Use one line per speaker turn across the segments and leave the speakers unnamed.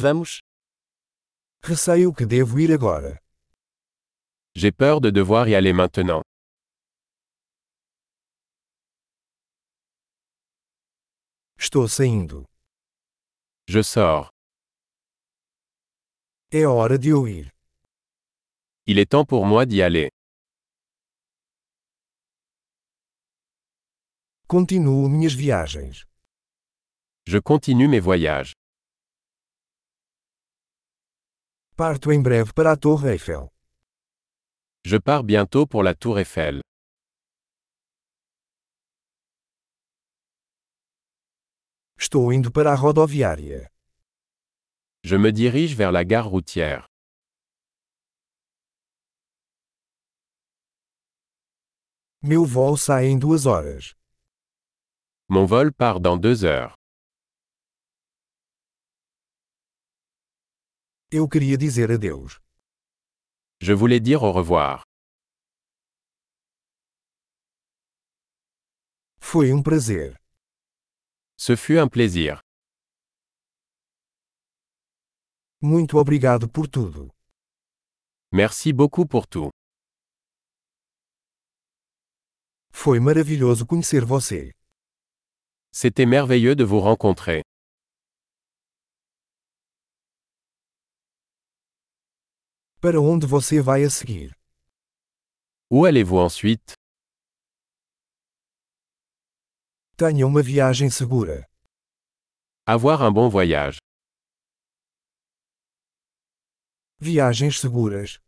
Vamos. Receio que devo ir agora.
J'ai peur de devoir y aller maintenant.
Estou saindo.
Je sors.
É hora de eu ir.
Il est temps pour moi d'y aller.
Continuo minhas viagens.
Je continue mes voyages.
Parto em breve para a Torre Eiffel.
Je pars bientôt pour la Tour Eiffel.
Estou indo para a rodoviária.
Je me dirige vers la gare routière.
Meu voo sai em duas horas.
Mon vol part dans deux heures.
Eu queria dizer adeus.
Je voulais dire au revoir.
Foi um prazer.
Ce fut un plaisir.
Muito obrigado por tudo.
Merci beaucoup pour tout.
Foi maravilhoso conhecer você.
C'était merveilleux de vous rencontrer.
Para onde você vai a seguir?
Où allez-vous ensuite
Tenha uma viagem segura.
Avoir un bon voyage.
Viagens seguras.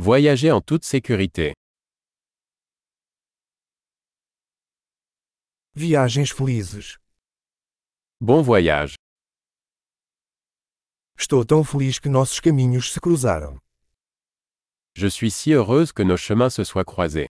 Voyager en toute sécurité.
Viagens felizes.
Bon voyage.
Estou tão feliz que nossos caminhos se cruzaram.
Je suis si heureuse que nos chemins se soient croisés.